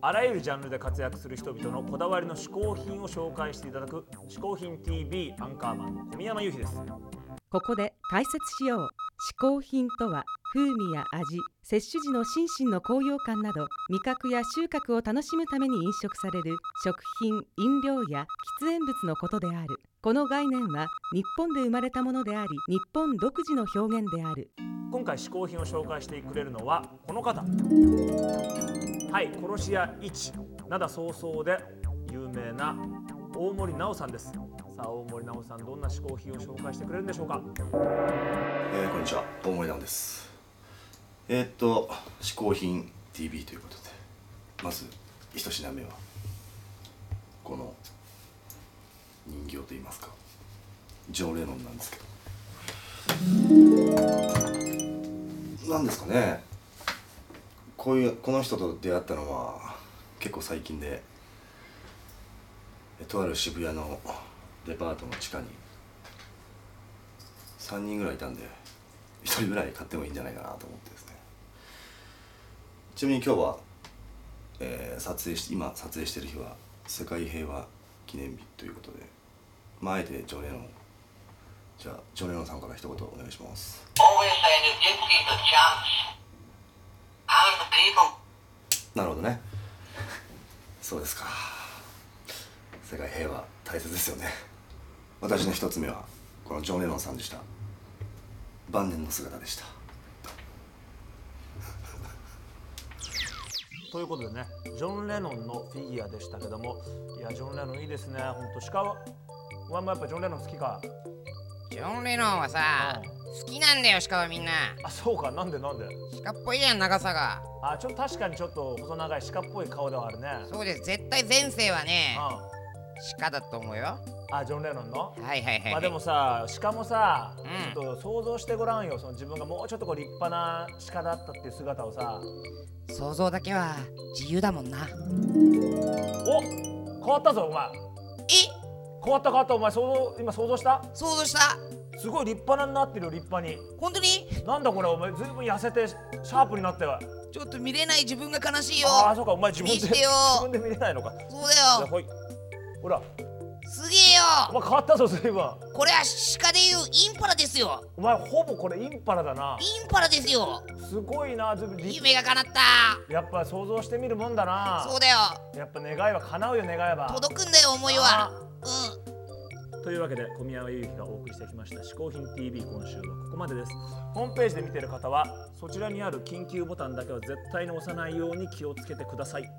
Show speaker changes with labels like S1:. S1: あらゆるジャンルで活躍する人々のこだわりの嗜好品を紹介していただく「嗜好品 TV アンカーマン」小宮山雄飛です
S2: ここで解説しよう。嗜好品とは風味や味、摂取時の心身の高揚感など味覚や収穫を楽しむために飲食される食品、飲料や喫煙物のことであるこの概念は日本で生まれたものであり日本独自の表現である
S1: 今回嗜好品を紹介してくれるのはこの方はい殺し屋一灘早々で有名な大森奈緒さんですさあ大森奈緒さんどんな嗜好品を紹介してくれるんでしょうか
S3: えーこんにちは大森なんですえーっと嗜好品 TV ということでまず一品目はこの人形といいますか常レノンなんですけどなんですかねこういうこの人と出会ったのは結構最近でえとある渋谷のデパートの地下に3人ぐらいいたんで1人ぐらい買ってもいいんじゃないかなと思ってですねちなみに今日は、えー撮影し今撮影してる日は世界平和記念日ということでまああえてジョネロンじゃあジョネロンさんから一言お願いします
S4: always say you give people a chance. How's the people?
S3: なるほどね そうですか世界平和大切ですよね私の一つ目はこのジョン・レノンさんでした晩年の姿でした
S1: ということでねジョン・レノンのフィギュアでしたけどもいやジョン・レノンいいですねほんとしかもお前もやっぱジョン・レノン好きか
S5: ジョン・レノンはさ、好きなんだよ、しかもみんな。
S1: あそうかなんでなんで
S5: 鹿っぽいやん、長さが。
S1: あちょっと確かにちょっと細長い鹿っぽい顔ではあるね
S5: そうです、絶対前世はね、
S1: う
S5: 鹿だと思うよ。は
S1: んあジョン・レノンの
S5: いはいはいはい。
S1: まあでもさ鹿もさ、
S5: うん
S1: ちょっと想像してごらんよその自分がもうちょっとこう立派な鹿だったっていう姿をさ
S5: 想像だけは自由だもんな。
S1: お変わったぞお前
S5: え
S1: 変わった変わったお前想像今想像した
S5: 想像した
S1: すごい立派になってるよ立派に
S5: 本当に
S1: なんだこれお前ずいぶん痩せてシャープになってよ
S5: ちょっと見れない自分が悲しいよ。
S1: ああそうかお前自分で
S5: 見
S1: 自
S5: してよ
S1: 分で見れないのか
S5: そうだ
S1: じゃあ
S5: よ。
S1: ほいほら
S5: すげえ
S1: お
S5: よ。
S1: 前変わったぞ随分
S5: これは鹿でいうインパラですよ。
S1: お前ほぼこれインパラだな
S5: インパラですよ。
S1: すごいな随分立
S5: 夢が叶った。
S1: やっぱ想像してみるもんだな
S5: そうだよ。
S1: やっぱ願いは叶うよ願えば
S5: 届くんだよ、思い
S1: あ
S5: は
S1: ー。
S5: うん。
S1: というわけで小宮山雄飛がお送りしてきました「嗜好品 TV」今週はここまでですホームページで見ている方はそちらにある緊急ボタンだけは絶対に押さないように気をつけてください